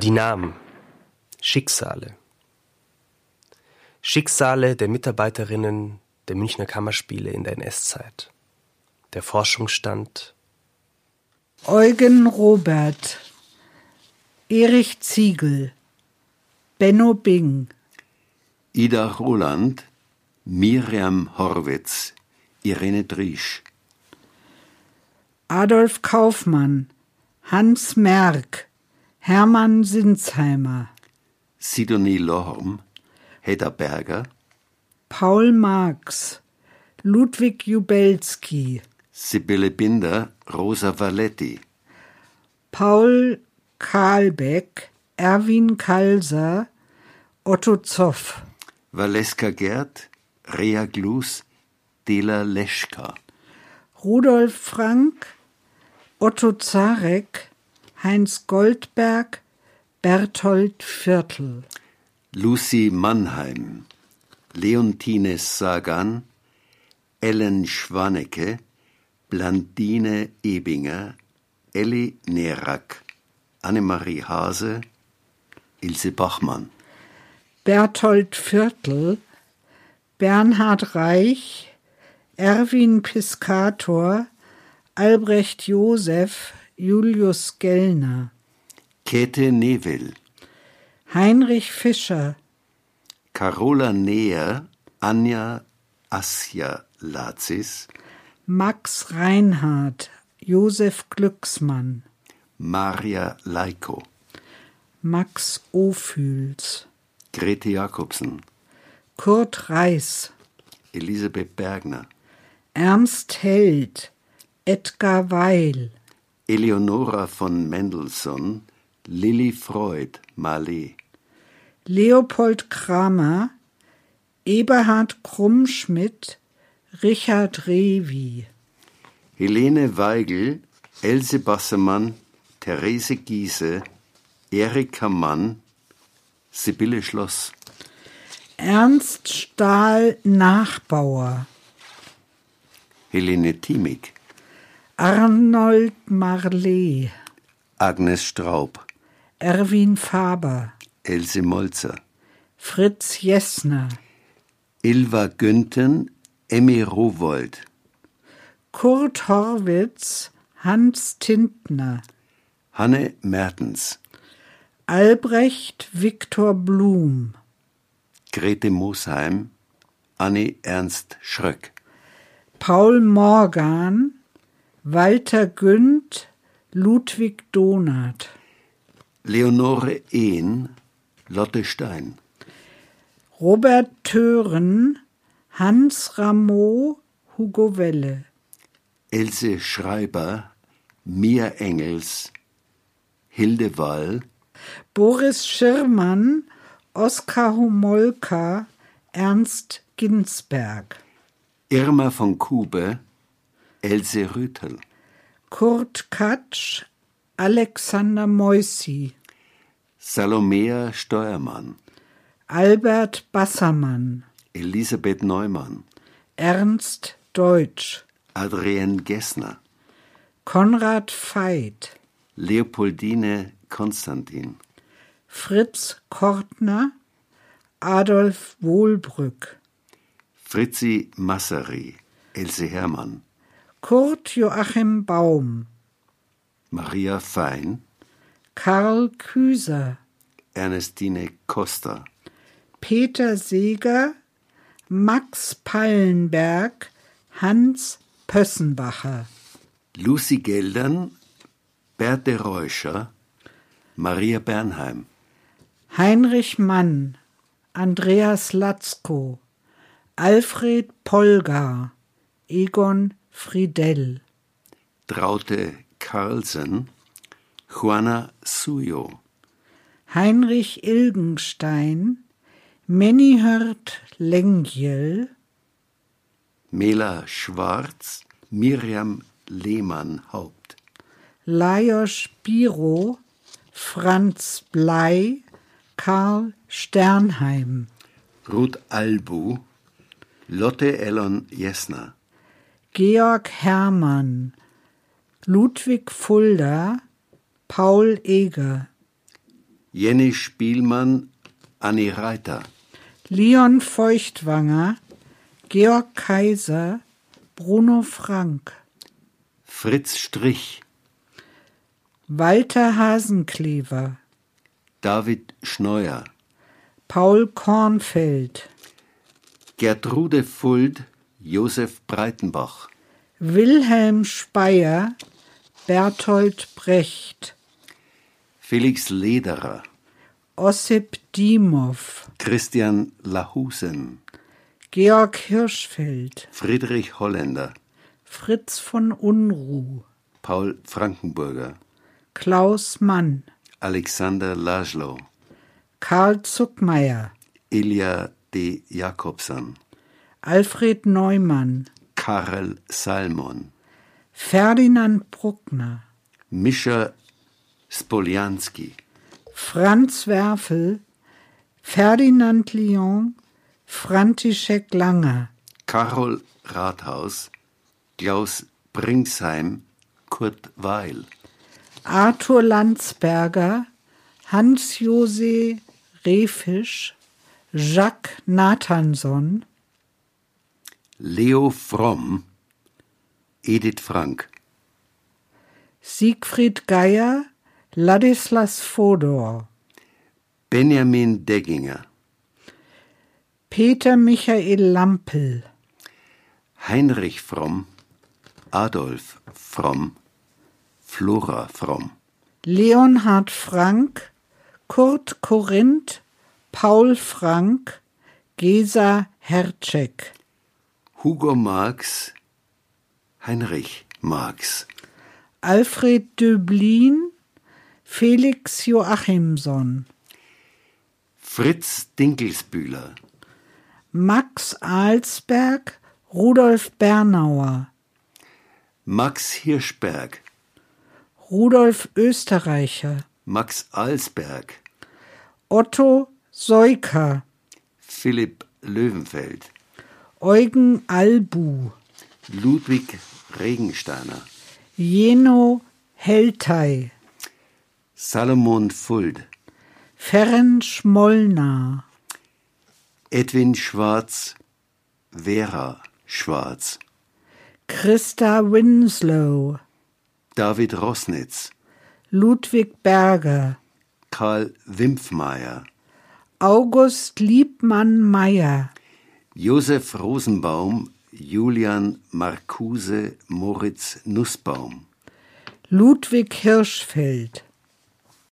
Die Namen. Schicksale. Schicksale der Mitarbeiterinnen der Münchner Kammerspiele in der NS-Zeit. Der Forschungsstand. Eugen Robert, Erich Ziegel, Benno Bing, Ida Roland, Miriam Horwitz, Irene Driesch, Adolf Kaufmann, Hans Merck, Hermann Sinsheimer, Sidonie Lorm, Hedda Berger, Paul Marx, Ludwig Jubelski, Sibylle Binder, Rosa Valetti, Paul Karlbeck, Erwin Kalser, Otto Zoff, Valeska Gerd, Rea Glus, Dela Leschka, Rudolf Frank, Otto Zarek, Heinz Goldberg, Berthold Viertel, Lucy Mannheim, Leontine Sagan, Ellen Schwanecke, Blandine Ebinger, Elli Nerak, Annemarie Hase, Ilse Bachmann, Berthold Viertel, Bernhard Reich, Erwin Piscator, Albrecht Josef, Julius Gellner, Käthe Newell, Heinrich Fischer, Carola Neher, Anja Asja Lazis, Max Reinhardt, Josef Glücksmann, Maria Leiko, Max Ofühls, Grete Jakobsen, Kurt Reis, Elisabeth Bergner, Ernst Held, Edgar Weil, Eleonora von Mendelssohn, Lilly Freud, Malé, Leopold Kramer, Eberhard Krummschmidt, Richard Revi, Helene Weigel, Else Bassermann, Therese Giese, Erika Mann, Sibylle Schloss, Ernst Stahl Nachbauer, Helene Thiemig, Arnold Marlee, Agnes Straub, Erwin Faber, Else Molzer, Fritz Jessner, Ilva Günten, Emmy Rowold, Kurt Horwitz, Hans Tintner, Hanne Mertens, Albrecht Viktor Blum, Grete Mosheim, Anne Ernst Schröck, Paul Morgan, Walter Günd, Ludwig Donath, Leonore Ehn, Lotte Stein, Robert Tören, Hans Rameau, Hugo Welle, Else Schreiber, Mia Engels, Hilde Wall, Boris Schirmann, Oskar Homolka, Ernst Ginsberg, Irma von Kube, Else Rüthel, Kurt Katsch, Alexander Moissi, Salomea Steuermann, Albert Bassermann, Elisabeth Neumann, Ernst Deutsch, Adrienne Gessner, Konrad Veit, Leopoldine Konstantin, Fritz Kortner, Adolf Wohlbrück, Fritzi Massary, Else Hermann, Kurt Joachim Baum, Maria Fein, Karl Küser, Ernestine Costa, Peter Seeger, Max Pallenberg, Hans Pössenbacher, Lucy Geldern, Berthe Reuscher, Maria Bernheim, Heinrich Mann, Andreas Latzko, Alfred Polgar, Egon Friedell, Traute Carlsen, Juana Suyo, Heinrich Ilgenstein, Mennihard Lengiel, Mela Schwarz, Miriam Lehmann Haupt, Lajos Biro, Franz Blei, Karl Sternheim, Ruth Albu, Lotte Elon Jessner, Georg Hermann, Ludwig Fulda, Paul Eger, Jenny Spielmann, Anni Reiter, Leon Feuchtwanger, Georg Kaiser, Bruno Frank, Fritz Strich, Walter Hasenklever, David Schneuer, Paul Kornfeld, Gertrude Fuld, Josef Breitenbach, Wilhelm Speyer, Bertolt Brecht, Felix Lederer, Ossip Diemow, Christian Lahusen, Georg Hirschfeld, Friedrich Holländer, Fritz von Unruh, Paul Frankenburger, Klaus Mann, Alexander Laszlo, Karl Zuckmeier, Ilja D. Jakobsen, Alfred Neumann, Karel Salmon, Ferdinand Bruckner, Mischa Spolianski, Franz Werfel, Ferdinand Lyon, František Langer, Karol Rathaus, Klaus Bringsheim, Kurt Weil, Arthur Landsberger, Hans-Jose Rehfisch, Jacques Nathanson, Leo Fromm, Edith Frank, Siegfried Geier, Ladislas Fodor, Benjamin Degginger, Peter Michael Lampel, Heinrich Fromm, Adolf Fromm, Flora Fromm, Leonhard Frank, Kurt Korinth, Paul Frank, Gesa Hercek, Hugo Marx, Heinrich Marx, Alfred Döblin, Felix Joachimson, Fritz Dinkelsbühler, Max Alsberg, Rudolf Bernauer, Max Hirschberg, Rudolf Österreicher, Max Alsberg, Otto Seuker, Philipp Löwenfeld, Eugen Albu, Ludwig Regensteiner, Jeno Heltei, Salomon Fuld, Ferenc Molnar, Edwin Schwarz, Vera Schwarz, Christa Winslow, David Rossnitz, Ludwig Berger, Karl Wimpfmeier, August Liebmann-Meyer, Josef Rosenbaum, Julian Marcuse, Moritz Nussbaum, Ludwig Hirschfeld,